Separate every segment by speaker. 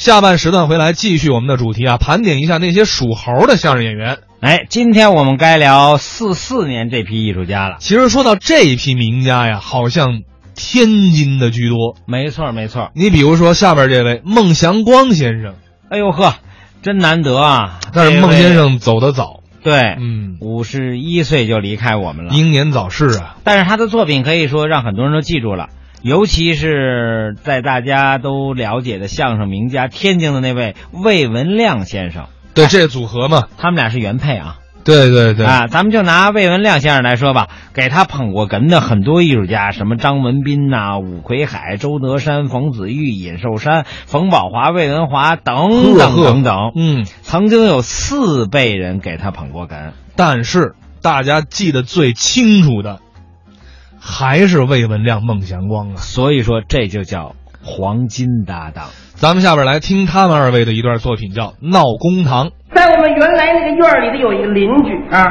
Speaker 1: 下半时段回来继续我们的主题啊，盘点一下那些属猴的相声演员。
Speaker 2: 哎，今天我们该聊四四年这批艺术家了。
Speaker 1: 其实说到这一批名家呀，好像天津的居多。
Speaker 2: 没错，没错。
Speaker 1: 你比如说下边这位孟祥光先生，
Speaker 2: 哎呦呵，真难得啊！
Speaker 1: 但是孟
Speaker 2: 这位
Speaker 1: 先生走得早，
Speaker 2: 对，
Speaker 1: 嗯，
Speaker 2: 五十一岁就离开我们了。
Speaker 1: 英年早逝啊。
Speaker 2: 但是他的作品可以说让很多人都记住了，尤其是在大家都了解的相声名家天津的那位魏文亮先生，
Speaker 1: 对，这组合嘛，
Speaker 2: 他们俩是原配啊。
Speaker 1: 哎对对对，
Speaker 2: 啊，咱们就拿魏文亮先生来说吧，给他捧过哏的很多艺术家，什么张文斌呐、伍魁海、周德山、冯子玉、尹寿山、冯宝华、魏文华等
Speaker 1: 呵
Speaker 2: 等
Speaker 1: 呵
Speaker 2: 等等，
Speaker 1: 嗯，
Speaker 2: 曾经有四辈人给他捧过哏。
Speaker 1: 但是大家记得最清楚的，还是魏文亮、孟祥光啊。
Speaker 2: 所以说这就叫黄金搭档。
Speaker 1: 咱们下边来听他们二位的一段作品，叫《闹公堂》。
Speaker 3: 在我们原来那个院儿里头有一个邻居啊，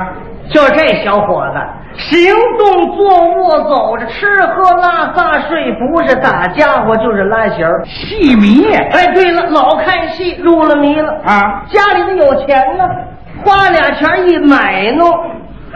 Speaker 3: 就这小伙子，行动、坐卧、走着、吃喝拉撒睡，不是打家伙就是拉弦儿，戏迷。哎，对了，老看戏，入了迷了啊！家里头有钱呢，花俩钱儿一买弄。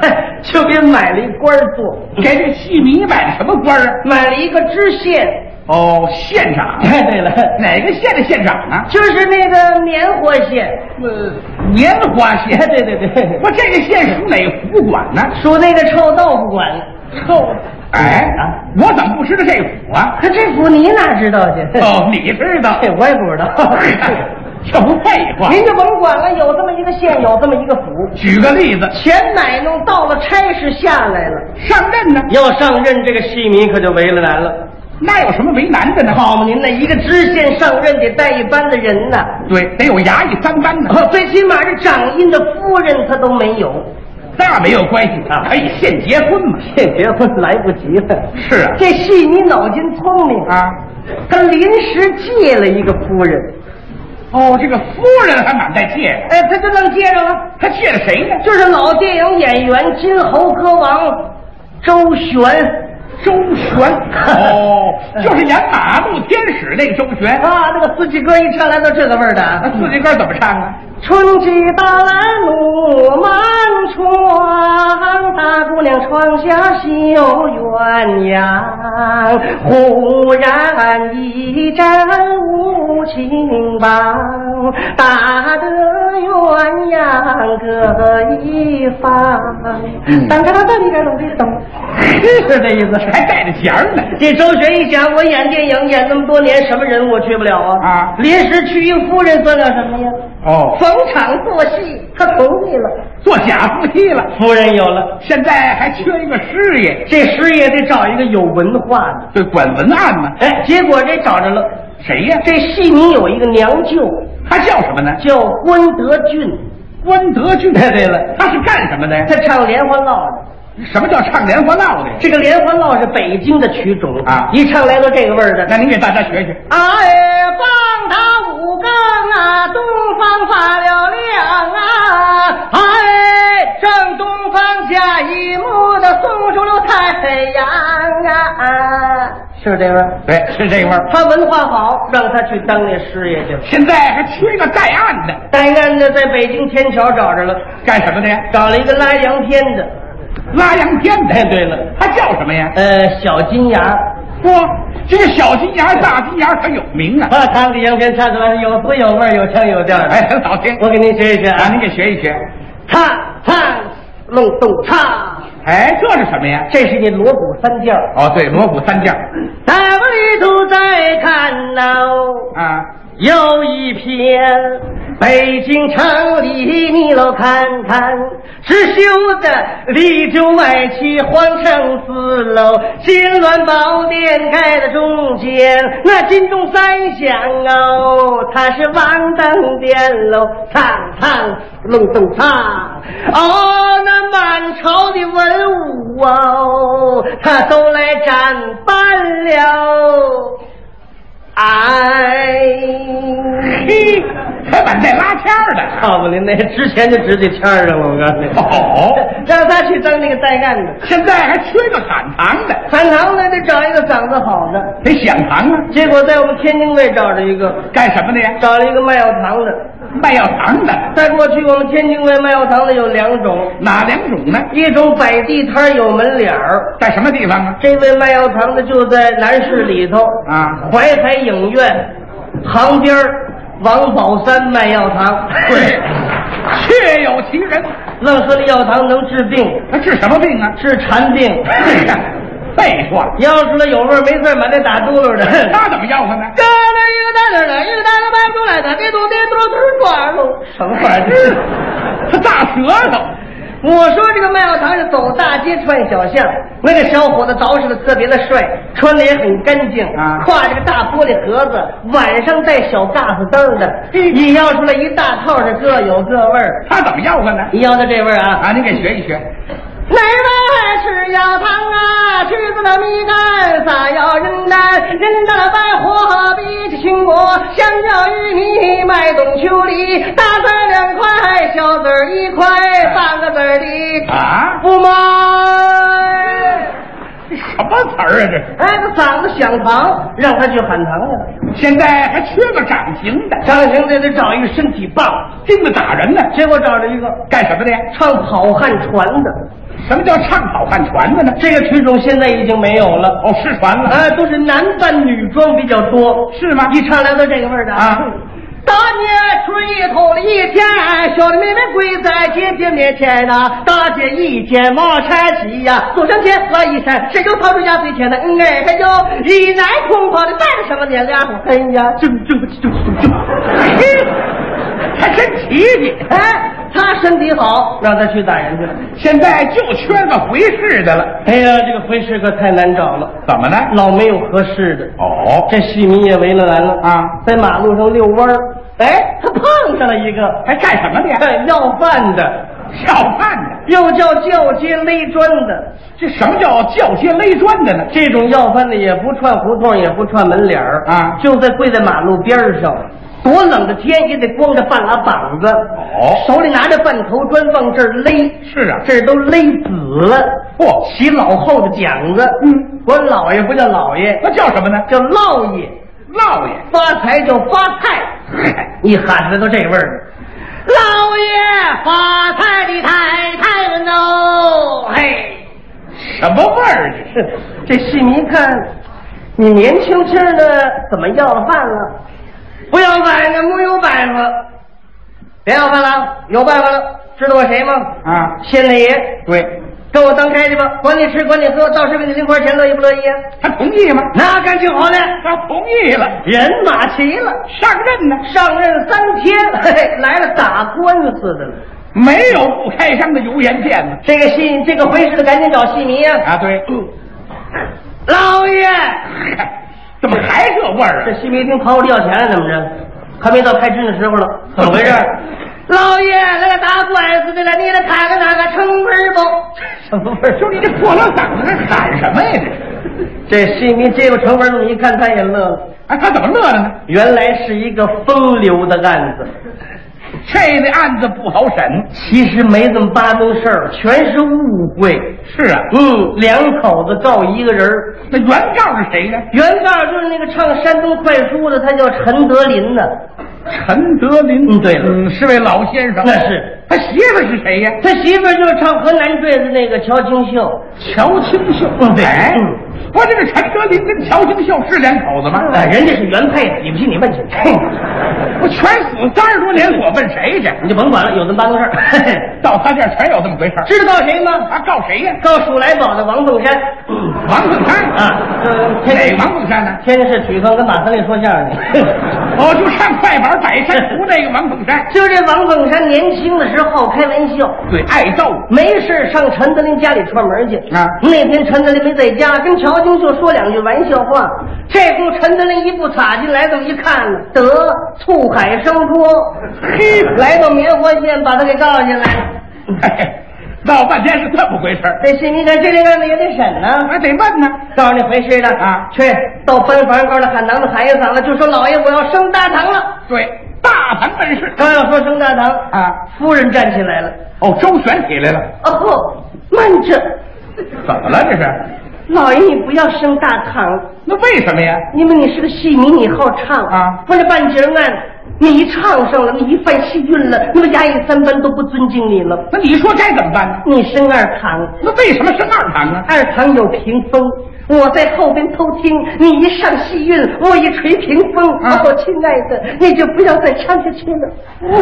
Speaker 3: 嘿就给买了一官儿做，
Speaker 4: 给这哎戏迷买的什么官儿啊？
Speaker 3: 买了一个知县，
Speaker 4: 哦，县长。哎，对了，哪个县的县长啊呢？
Speaker 3: 就是那个棉花哎县，嗯
Speaker 4: 呃，棉花县。对对对，不，这个县属哪府管呢？
Speaker 3: 属那个臭豆腐管的。
Speaker 4: 臭。哎，
Speaker 3: 啊
Speaker 4: 我怎么不知道这府啊？
Speaker 3: 可 这府你哪知道去？
Speaker 4: 哦，你知道？
Speaker 3: 这我也不 知道。
Speaker 4: 这不废话。
Speaker 3: 您就甭管了，有这么一个县，有这么一个府。
Speaker 4: 举个例子，
Speaker 3: 前奶弄到了差事下来了，
Speaker 4: 上任呢，
Speaker 3: 要上任，这个戏迷可就为了难了。
Speaker 4: 那有什么为难的呢？
Speaker 3: 好嘛，您那一个知县上任得带一班的人呐，
Speaker 4: 对，得有衙役三班呢。
Speaker 3: 哦，最起码这掌印的夫人他都没有，
Speaker 4: 那没有关系啊，可以现结婚嘛。
Speaker 3: 这结婚来不及了。
Speaker 4: 是啊，
Speaker 3: 这戏迷脑筋聪明啊，
Speaker 4: 啊，
Speaker 3: 他临时借了一个夫人，
Speaker 4: 哦，这个夫人还满带借的，
Speaker 3: 哎，他就愣借着了，
Speaker 4: 他借了谁呢？
Speaker 3: 就是老电影演员金猴歌王周旋。
Speaker 4: 周 旋哦，就是演马路天使那个周旋。
Speaker 3: 啊，那个四季歌一唱来都这个味儿的啊
Speaker 4: 那。四季歌怎么唱啊？
Speaker 3: 春季大来路满窗，大姑娘窗下绣鸳鸯。忽然一阵无情棒，打得鸳鸯各一方。当当当当，你该懂的懂。
Speaker 4: 是这意思，还带着弦儿呢。
Speaker 3: 这周旋一想，我演电影演那么多年，什么人我缺不了啊？
Speaker 4: 啊
Speaker 3: 临时去一夫人算了什么呀？
Speaker 4: 哦，
Speaker 3: 逢场作戏，他同意了。
Speaker 4: 做假夫妻了，
Speaker 3: 夫人有了，
Speaker 4: 现在还缺一个师爷，
Speaker 3: 这师也得找一个有文化的。
Speaker 4: 对，管文案呢。
Speaker 3: 哎，结果这找着了，
Speaker 4: 谁呀？
Speaker 3: 这戏迷有一个娘舅，
Speaker 4: 他叫什么呢？
Speaker 3: 叫关德俊，
Speaker 4: 关德俊。哎，对了，他是干什么的呀
Speaker 3: 他？唱莲花落的。
Speaker 4: 什么叫唱莲花闹的呀？
Speaker 3: 这个莲花落是北京的曲种
Speaker 4: 啊
Speaker 3: 一唱来都这个味儿的。
Speaker 4: 那您给大家学学。
Speaker 3: 哎，棒打五更啊，东方发了亮啊！哎，正东方下一幕的送出了太阳啊！哎是这味儿。
Speaker 4: 对，是这味儿。
Speaker 3: 他文化好，让他去当那师爷去。
Speaker 4: 现在还缺一个带案的，
Speaker 3: 戴安的在北京天桥找着了，
Speaker 4: 干什么的呀？
Speaker 3: 找了一个拉洋片的，
Speaker 4: 拉洋片的。哎，对了，他叫什么呀？
Speaker 3: 呃，小金牙。
Speaker 4: 不，这个小金牙、大金牙可有名啊！
Speaker 3: 啊，他的洋片唱出来有滋有味儿，有腔有调的。
Speaker 4: 哎，很好听。
Speaker 3: 我给您学一学
Speaker 4: 啊，
Speaker 3: 啊
Speaker 4: 您，给学一学。
Speaker 3: 唱唱弄动唱，
Speaker 4: 哎，这是什么呀？
Speaker 3: 这是你锣鼓三件儿。
Speaker 4: 哦，对，锣鼓三件儿
Speaker 3: 再往里头再看喽。
Speaker 4: 啊。
Speaker 3: 有一篇北京城里，你老看看，是修的里九外七皇城四楼，金銮宝殿盖在中间，那金钟三响哦，它是王登殿喽，唱唱隆咚唱，哦，那满朝的文武哦，他都来展办了。哎，
Speaker 4: 嘿，还老板带拉签儿的。
Speaker 3: 告诉您，那值钱就值这签儿上了，我告诉你。
Speaker 4: 哦，
Speaker 3: 让他去当那个带干的，
Speaker 4: 现在还缺个喊堂的，
Speaker 3: 反堂呢得找一个嗓子好的。
Speaker 4: 得响堂啊。
Speaker 3: 结果在我们天津卫找着一个，
Speaker 4: 干什么的呀？
Speaker 3: 找了一个卖药糖的。
Speaker 4: 卖药糖的，
Speaker 3: 在过去，我们天津卫卖药糖的有两种，
Speaker 4: 哪两种呢？
Speaker 3: 一种摆地摊儿有门脸儿，
Speaker 4: 在什么地方啊？
Speaker 3: 这位卖药糖的就在南市里头
Speaker 4: 啊
Speaker 3: 淮海影院旁边儿王宝山卖药糖。
Speaker 4: 对，确有其人。
Speaker 3: 愣说这药糖能治病，
Speaker 4: 他治什么病啊？
Speaker 3: 治馋 病。
Speaker 4: 哎呀，废话，
Speaker 3: 要是了有味儿没事儿满地打嘟噜的。
Speaker 4: 那怎么要他呢？
Speaker 3: 嘎啦一个大点的，一个大个搬出来的，这都这都是抓住。什么玩意儿？
Speaker 4: 他大舌头。
Speaker 3: 我说这个卖药糖是走大街串小巷，那个小伙子捯饬的特别的帅，穿的也很干净
Speaker 4: 啊
Speaker 3: 挎着个大玻璃盒子，晚上带小嘎子灯 的，你要出来一大套的，各有各味儿。
Speaker 4: 他怎么要唤呢？
Speaker 3: 你要的这味儿啊？
Speaker 4: 啊，您给学一学。
Speaker 3: 奶奶吃药汤啊，吃到了米干，撒药人丹，人丹了白活，比起青果，香蕉玉米，麦冬秋梨，大籽儿两块，小籽儿一块，半个籽儿的
Speaker 4: 啊，
Speaker 3: 不卖。
Speaker 4: 什么词儿啊？这是。
Speaker 3: 哎，他嗓子响堂，让他去喊堂啊去。
Speaker 4: 现在还缺个掌刑的，
Speaker 3: 张行这得找一个身体棒，
Speaker 4: 盯着打人呢。
Speaker 3: 结果找着一个
Speaker 4: 干什么的呀？
Speaker 3: 唱跑旱船的，
Speaker 4: 什么叫唱好汉船的呢？
Speaker 3: 这个曲种现在已经没有了。
Speaker 4: 哦，失传了。
Speaker 3: 啊，都是男扮女装比较多，
Speaker 4: 是吗
Speaker 3: 一唱来都这个味儿的
Speaker 4: 啊。
Speaker 3: 大年初一头的一天，小的妹妹跪在姐姐面前呐、大姐一见忙山西呀，左上前，拉一扇，谁就掏出压岁钱呢？嗯哎嘿呦，一奶空跑的带着什么年俩？哎呀，这这这这
Speaker 4: 嘿，还真奇迹。
Speaker 3: 哎，他身体好，让他去打人去了。
Speaker 4: 现在就缺个回事的了。
Speaker 3: 哎呀，这个回事可太难找了，
Speaker 4: 怎么呢？
Speaker 3: 老没有合适的。
Speaker 4: 哦，
Speaker 3: 这戏迷也为难了
Speaker 4: 啊！
Speaker 3: 在马路上遛弯儿，哎，他碰上了一个
Speaker 4: 还干什么的呀？
Speaker 3: 哎要饭的，
Speaker 4: 要饭的。
Speaker 3: 又叫叫街勒砖的。
Speaker 4: 这什么叫叫街勒砖的呢？
Speaker 3: 这种要饭的也不串胡同，也不串门脸儿
Speaker 4: 啊
Speaker 3: 就在跪在马路边儿上，多冷的天也得光着半拉膀子，
Speaker 4: 哦
Speaker 3: 手里拿着半头砖往这儿勒，
Speaker 4: 是啊
Speaker 3: 这儿都勒紫了，
Speaker 4: 嚯
Speaker 3: 起老厚的茧子，嗯，管老爷不叫老爷，
Speaker 4: 那叫什么呢？
Speaker 3: 叫烙爷，
Speaker 4: 烙爷。
Speaker 3: 发财叫发菜。
Speaker 4: 嗨，
Speaker 3: 一喊出来都这味儿。老爷发财的太太们哦，嘿，
Speaker 4: 什么味儿这是？
Speaker 3: 这戏迷看，你年轻轻的怎么要了饭了？不要办法，没有办法，别要饭了，有办法了，知道我谁吗？
Speaker 4: 啊，
Speaker 3: 县太爷，
Speaker 4: 对，
Speaker 3: 跟我当差去吧，管你吃管你喝，到时给你零花钱，乐意不乐意啊？
Speaker 4: 他同意吗？
Speaker 3: 那感情好嘞，
Speaker 4: 他同意了，
Speaker 3: 人马齐了，
Speaker 4: 上任呢，
Speaker 3: 上任三天，嘿嘿，来了打官司的了。
Speaker 4: 没有不开张的油盐店呢。
Speaker 3: 这个戏，这个回事的赶紧找戏迷呀、
Speaker 4: 啊，对，
Speaker 3: 嗯老爷，
Speaker 4: 嗨怎么还这味儿
Speaker 3: 这
Speaker 4: 啊？
Speaker 3: 戏迷一听跑我这要钱了，怎么着？还没到开支的时候呢，怎么回 事？老爷，那个打官司的了，你来看看那个成本不？
Speaker 4: 什么味儿？就你这破老嗓子，这喊什么呀？这是
Speaker 3: 这戏迷接过成本，这么一看，他也乐了。
Speaker 4: 啊，他怎么乐了呢？
Speaker 3: 原来是一个风流的案子，
Speaker 4: 这类案子不好审。
Speaker 3: 其实没这么八宗事儿，全是误会。
Speaker 4: 是啊，
Speaker 3: 嗯，两口子告一个人儿，
Speaker 4: 那原告是谁呀？
Speaker 3: 原告就是那个唱山东快书的，他叫陈德林呢、
Speaker 4: 陈德林。
Speaker 3: 嗯对了
Speaker 4: 是位老先生。
Speaker 3: 那是
Speaker 4: 他媳妇儿是谁呀？
Speaker 3: 他媳妇儿就是唱河南坠子那个乔清秀，
Speaker 4: 乔清秀。
Speaker 3: 对
Speaker 4: 哎
Speaker 3: 嗯
Speaker 4: 不是这个陈德林跟乔清秀是两口子吗？
Speaker 3: 哎，人家是原配的，你不信你问去，
Speaker 4: 我全死三十多年，我问谁去？
Speaker 3: 你就甭管了，有这么八宗事儿。
Speaker 4: 到他这儿全有这么回事儿。
Speaker 3: 知道告谁吗？
Speaker 4: 他告谁呀？
Speaker 3: 告鼠来宝的王凤山。
Speaker 4: 王凤山
Speaker 3: 啊，呃天津
Speaker 4: 哪个哎王凤山呢？
Speaker 3: 天津市曲艺团跟马三立说相声的。
Speaker 4: 哦，就唱快板《百山图》那个王凤山，
Speaker 3: 就这王凤山年轻的时候开玩笑，
Speaker 4: 对，爱揍。
Speaker 3: 没事儿上陈德林家里串门去
Speaker 4: 啊
Speaker 3: 那天陈德林没在家，跟乔金秀说两句玩笑话。这功夫陈德林一步插进来，这么一看呢，得醋海生桌，嘿，来到棉花县把他给告进来了。
Speaker 4: 哎闹半天是这么回事儿，
Speaker 3: 这新民看这类案子也得审呢、
Speaker 4: 啊还得问呢。
Speaker 3: 告诉你回事了
Speaker 4: 啊
Speaker 3: 去到班房告诉喊堂子喊一嗓子，就说老爷我要升大堂了。
Speaker 4: 对，大堂本事，
Speaker 3: 刚要说升大堂
Speaker 4: 啊，
Speaker 3: 夫人站起来了。
Speaker 4: 哦，周旋起来了，
Speaker 3: 哦，慢着，
Speaker 4: 怎么了这是？
Speaker 3: 老爷你不要升大堂，
Speaker 4: 那为什么呀？
Speaker 3: 因为你是个戏迷，你好唱
Speaker 4: 啊
Speaker 3: 为了半截儿案，你一唱上了，你一犯戏韵了，那么衙役三班都不尊敬你了。
Speaker 4: 那你说该怎么办呢？
Speaker 3: 你升二堂，
Speaker 4: 那为什么升二堂啊呢？
Speaker 3: 二堂有屏风，我在后边偷听，你一上戏韵，我一捶屏风。
Speaker 4: 啊
Speaker 3: 哦，亲爱的，你就不要再唱下去了。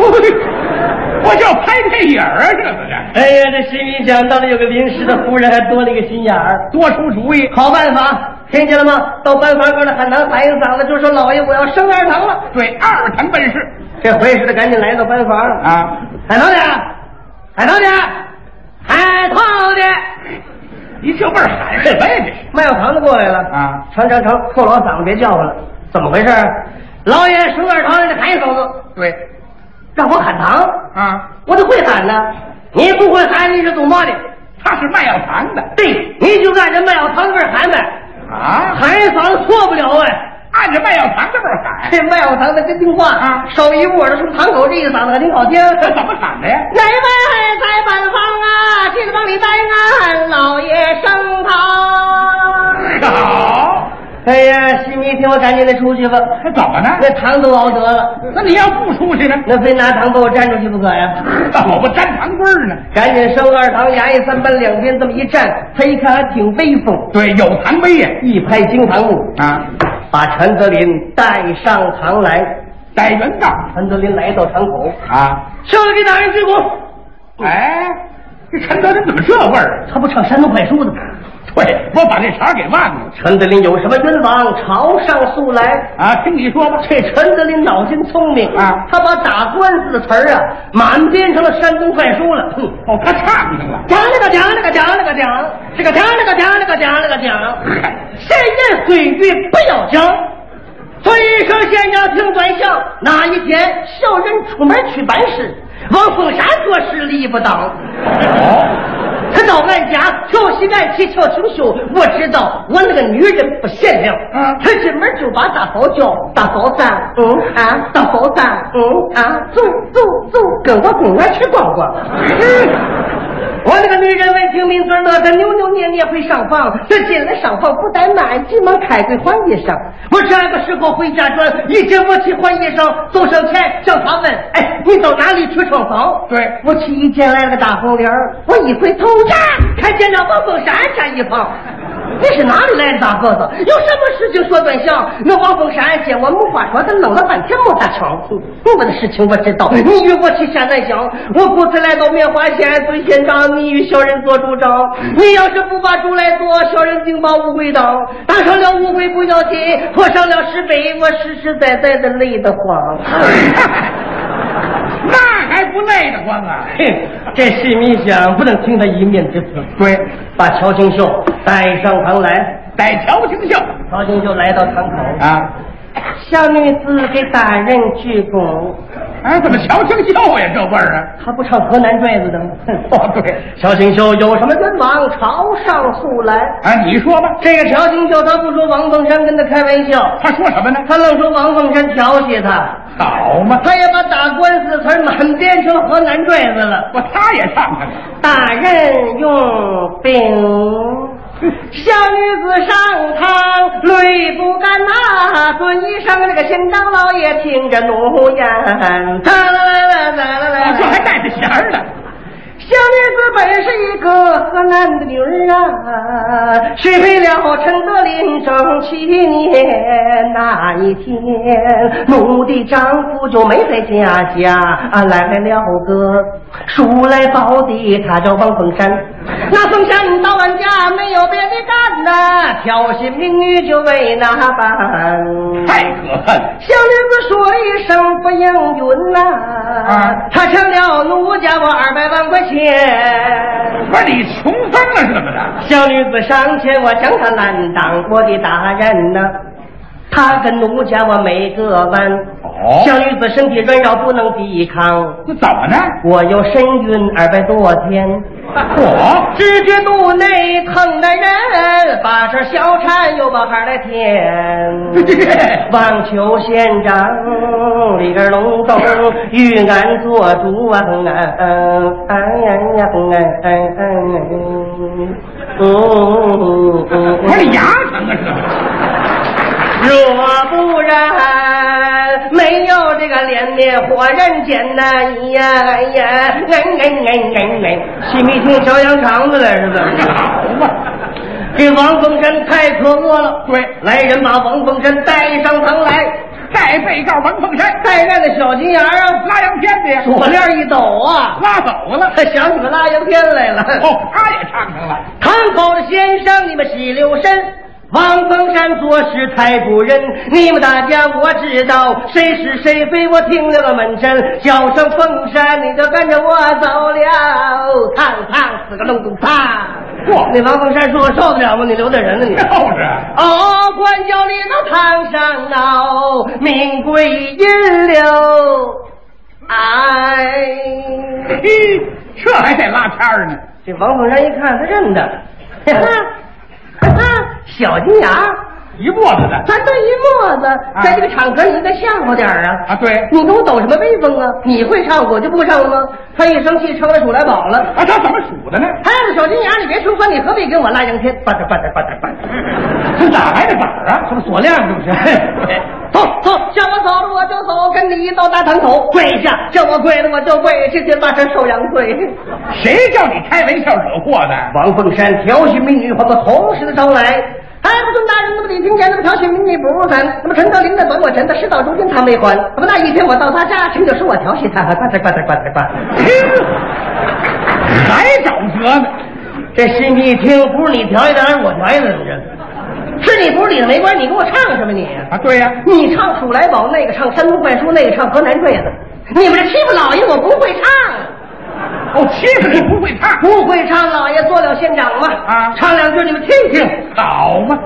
Speaker 4: 我就拍拍影儿啊，这怎么
Speaker 3: 哎呀，这谁没想到了有个临时的夫人，还多了一个心眼儿。
Speaker 4: 多出主意？
Speaker 3: 好办法，听见了吗？到班房过来喊堂，喊一嗓子就说：“老爷，我要升二堂了。
Speaker 4: 对，二堂办事”
Speaker 3: 这回似的，赶紧来到班房了。
Speaker 4: 啊！
Speaker 3: 海棠姐，海棠姐，海棠姐，
Speaker 4: 你这味儿
Speaker 3: 哎
Speaker 4: 喊什么呀？这是
Speaker 3: 卖药堂的过来了
Speaker 4: 啊
Speaker 3: 成成成，扣老嗓子别叫唤了，怎么回事？老爷升二堂，让你喊一嗓子，
Speaker 4: 对
Speaker 3: 让我喊堂，
Speaker 4: 啊，
Speaker 3: 我得会喊呢。你不会喊，你是懂妈的。
Speaker 4: 他是卖药堂的
Speaker 3: 对，你就按人卖药堂的味儿喊呗，
Speaker 4: 啊，
Speaker 3: 喊一嗓子错不了哎。
Speaker 4: 按着卖药堂的味儿喊，
Speaker 3: 这哎卖药堂的真听话
Speaker 4: 啊
Speaker 3: 手一握着从堂口这一嗓子还挺好听。
Speaker 4: 他怎么喊的呀？
Speaker 3: 哪位在本方啊？记得帮你带俺老爷升堂。
Speaker 4: 好，
Speaker 3: 哎呀，西迷听我赶紧得出去吧，
Speaker 4: 他怎么
Speaker 3: 那
Speaker 4: 呢？
Speaker 3: 糖都熬得了，
Speaker 4: 那你要不出去呢？
Speaker 3: 那非拿糖把我粘出去不可呀！
Speaker 4: 那我不沾糖棍儿呢？
Speaker 3: 赶紧升二堂，衙役三班两边这么一站，他一看还挺威风，
Speaker 4: 对，有糖杯呀
Speaker 3: 一拍惊堂木，
Speaker 4: 啊，
Speaker 3: 把陈德林带上堂来。
Speaker 4: 带原告
Speaker 3: 陈德林来到堂口，
Speaker 4: 啊，
Speaker 3: 受了给哪人之苦？
Speaker 4: 哎，这陈德林怎么这味儿啊？
Speaker 3: 他不唱山东快书的吗？
Speaker 4: 对，我把这茬给忘了
Speaker 3: 陈德林有什么冤枉，朝上诉来。
Speaker 4: 啊，听你说吧。
Speaker 3: 这陈德林脑筋聪明
Speaker 4: 啊
Speaker 3: 他把打官司的词儿啊，满编成了山东快书了。哼，
Speaker 4: 哦，他唱上了。
Speaker 3: 讲那个讲那个讲那个讲，这个讲那个讲那个讲那个讲，闲言碎语不要讲，尊声先要听短笑。哪一天小人出门去办事，王凤山做事理不当。
Speaker 4: 哦，
Speaker 3: 他到俺家调戏俺去跳清秀，我知道我那个女人不贤良。
Speaker 4: 嗯
Speaker 3: 他进门就把大嫂叫，大嫂子，嗯啊，大嫂子，嗯啊，走走走，跟我公园去逛逛。嗯我那个女人闻听抿嘴乐得扭扭捏捏回上房，这进了上房不怠慢，急忙开柜换衣裳。我这个时候回家转，一进屋去换衣裳，走上前叫他问：“哎，你到哪里去上房？”
Speaker 4: 对
Speaker 3: 我去一见来了个大红脸儿，我一回头呀，看见了王凤山站一旁。你是哪里来的大个子？有什么事情说端详？那王凤山见我没话说，他愣了半天没搭腔。嗯我的事情我知道，你与我去下南乡，我故此来到棉花县尊县长，你与小人做主张。你要是不把主来做，小人定把乌龟当。当上了乌龟不要紧，拖上了石碑，我实实在在的累得慌。
Speaker 4: 那还不累得慌啊？
Speaker 3: 嘿，这戏迷想不能听他一面之词，
Speaker 4: 对，
Speaker 3: 把乔清秀带上堂来。
Speaker 4: 逮乔清秀
Speaker 3: 乔清秀来到堂口，
Speaker 4: 啊！
Speaker 3: 小女子给大人鞠躬。
Speaker 4: 哎，怎么乔清秀呀这味儿啊？
Speaker 3: 他不唱河南拽子的吗？哼
Speaker 4: 哦，对，
Speaker 3: 乔清秀有什么冤枉，朝上诉来。
Speaker 4: 啊，你说吧，
Speaker 3: 这个乔清秀，他不说王凤山跟他开玩笑，
Speaker 4: 他说什么呢？
Speaker 3: 他愣说王凤山调戏他，
Speaker 4: 好嘛，
Speaker 3: 他也把打官司的词儿满编成河南拽子了。
Speaker 4: 我他也唱上了。
Speaker 3: 大人用兵，小女子上堂，泪不干呐、尊一声那个新当老爷听着怒言，哒啦啦啦啦啦
Speaker 4: 啊
Speaker 3: 啦
Speaker 4: 这还带着弦儿呢。
Speaker 3: 小女子本是一个河南的女儿啊，谁配了陈德林正七年那一天，奴的丈夫就没在家家，啊、来了个叔来保的，他叫王凤山。那凤山到俺家没有别的干呐、挑衅民女就为那般。
Speaker 4: 太可恨了！
Speaker 3: 小女子说一声不应允呐、
Speaker 4: 啊
Speaker 3: 他成了奴家我二百万块钱。
Speaker 4: 不是你穷疯了是怎么的？
Speaker 3: 小女子上前，我将她拦挡，我的大人呐、他跟奴家我没个弯。
Speaker 4: 哦
Speaker 3: 小女子身体软弱不能抵抗，
Speaker 4: 那怎么呢？
Speaker 3: 我又身孕二百多天，
Speaker 4: 我。
Speaker 3: 只觉肚内疼难忍，把这小产又往孩来填望求县长里根隆冬，玉案做主啊！嗯哎呀呀，哎哎哎嗯嗯嗯
Speaker 4: 我这牙疼啊，这
Speaker 3: 若不然，没有这个脸面，活人间呐！哎呀哎呀，哎哎哎哎哎，西米听小羊肠子了是吧？
Speaker 4: 好嘛，
Speaker 3: 这王凤山太可恶了。
Speaker 4: 对
Speaker 3: 来人把王凤山带上堂来，
Speaker 4: 带被告王凤山
Speaker 3: 带带的小金牙啊，
Speaker 4: 拉洋片的呀，
Speaker 3: 锁链一抖啊，
Speaker 4: 拉走了。
Speaker 3: 他想起拉洋片来了。
Speaker 4: 哦，他也唱上了。
Speaker 3: 唐口的先生，你们喜留神。王凤山做事太不仁，你们大家我知道谁是谁非，我听了个门神，叫声凤山，你就跟着我走了，烫烫死个隆咚烫。
Speaker 4: 嚯
Speaker 3: 那王凤山说：“我受得了吗？你留点人了你。”
Speaker 4: 就是，
Speaker 3: 哦，官轿里头堂上闹，名贵银柳，哎。
Speaker 4: 嘿，这还得拉片儿呢。
Speaker 3: 这王凤山一看，他认得，哈哈，哈哈，啊小金牙，
Speaker 4: 一窝子的
Speaker 3: 咱这一墨子，在这个场合你应该吓唬点儿啊！
Speaker 4: 啊，对
Speaker 3: 你跟我抖什么威风啊？你会唱，我就不唱了吗？他一生气，成了鼠来宝了。
Speaker 4: 啊，他怎么数的呢？
Speaker 3: 哎，小金牙，你别出关，你何必跟我拉洋天？吧嗒吧嗒吧嗒吧嗒，
Speaker 4: 他哪来的胆儿啊？什么锁链是不是？对
Speaker 3: 走走，叫我走了我就走，跟你一道大堂口跪下，叫我跪了我就跪，直接把这寿阳跪。
Speaker 4: 谁叫你开玩笑惹祸的？
Speaker 3: 王凤山调戏民女，我们同时的招来。哎，不尊大人，那么李庭前，那么调戏民女不如咱，那么陈德林的短我陈的，事到如今他没还。那么那一天我到他家，陈就说我调戏他，呱嗒呱嗒呱嗒呱嗒。
Speaker 4: 还找辙呢？
Speaker 3: 这心里一听，不是你调戏的，还是我调戏的，怎么着？是你不是你的没关系，你给我唱什么你？
Speaker 4: 啊，对呀、
Speaker 3: 你唱《鼠来宝》，那个唱《山东怪书》，那个唱《河南坠子》，你们这欺负老爷，我不会唱。
Speaker 4: 哦，欺负你不会唱，
Speaker 3: 不会唱，老爷做了县长嘛？
Speaker 4: 啊
Speaker 3: 唱两句你们听听。
Speaker 4: 好嘛？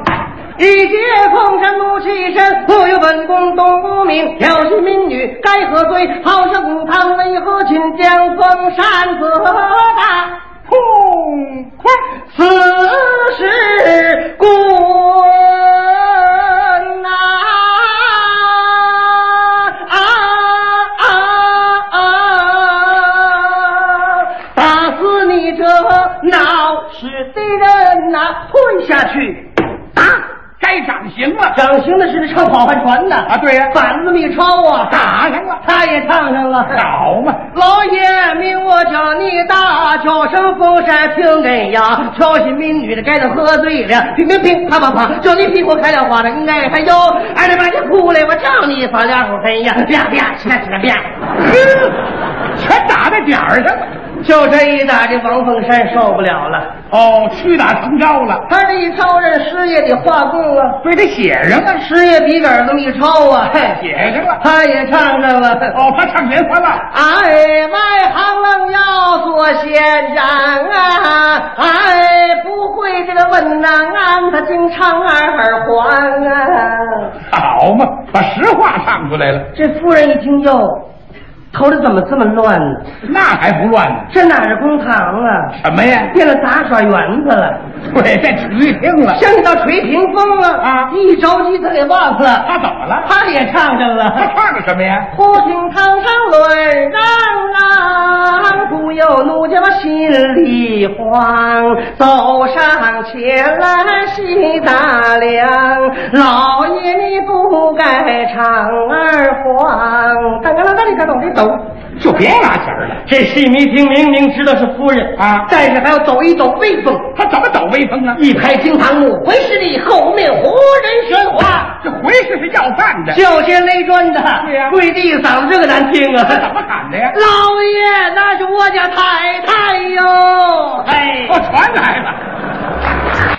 Speaker 3: 一介风山怒气深，不由本宫东宫名。调戏民女该何罪？好生武汤为何擒将封山责打？
Speaker 4: 痛快！
Speaker 3: 此事关呐、啊啊啊啊！打死你这闹事的人呐、退下去！打！
Speaker 4: 啊该掌刑了。
Speaker 3: 掌刑的是那唱跑旱船的
Speaker 4: 啊，对呀、
Speaker 3: 板子这么一抄啊，
Speaker 4: 打上了
Speaker 3: 他也唱上了。
Speaker 4: 好嘛？
Speaker 3: 老爷命我叫你打，叫声风山听哎呀，调戏民女的该他喝醉了，乒乒乒，啪啪啪，叫你屁股开了花了，哎还有，哎他妈的哭来，我照你撒俩火嘿呀，啪啪，起来起来啪，
Speaker 4: 哼，全打在点儿上了。
Speaker 3: 就这一打，这王凤山受不了了，
Speaker 4: 哦，屈打成招了。
Speaker 3: 他这一招认师爷得化供啊，
Speaker 4: 对，得写上了，
Speaker 3: 师爷笔杆这么一抄啊，嘿，
Speaker 4: 写上了。
Speaker 3: 他也唱上了。
Speaker 4: 哦，他唱莲花了。
Speaker 3: 哎，外行愣要做县长啊！哎，不会这个问呐、俺他经常耳环啊。
Speaker 4: 好嘛，把实话唱出来了，
Speaker 3: 这夫人一听哟，头里怎么这么乱呢？
Speaker 4: 那还不乱呢？
Speaker 3: 这哪是公堂啊？
Speaker 4: 什么呀？
Speaker 3: 变了杂耍园子了，
Speaker 4: 对，这只一听了，
Speaker 3: 像一道垂屏风啊！
Speaker 4: 啊
Speaker 3: 一着急他给忘了，
Speaker 4: 他怎么了？
Speaker 3: 他也唱上了。
Speaker 4: 他唱的什么呀？
Speaker 3: 忽听堂上论嚷嚷，不由奴家我心里慌，走上前来细打量，老爷你不该唱二黄，当当当当，你看懂这抖。
Speaker 4: 就别拉弦儿了。
Speaker 3: 这戏迷听明明知道是夫人
Speaker 4: 啊
Speaker 3: 但是还要抖一抖威风，
Speaker 4: 他怎么抖威风啊？
Speaker 3: 一拍惊堂木，回师里后面活人喧哗。
Speaker 4: 这回事是要饭的，
Speaker 3: 叫些勒砖的，
Speaker 4: 对呀
Speaker 3: 跪地一嗓子这个难听啊！
Speaker 4: 他怎么喊的呀？
Speaker 3: 老爷，那是我家太太哟。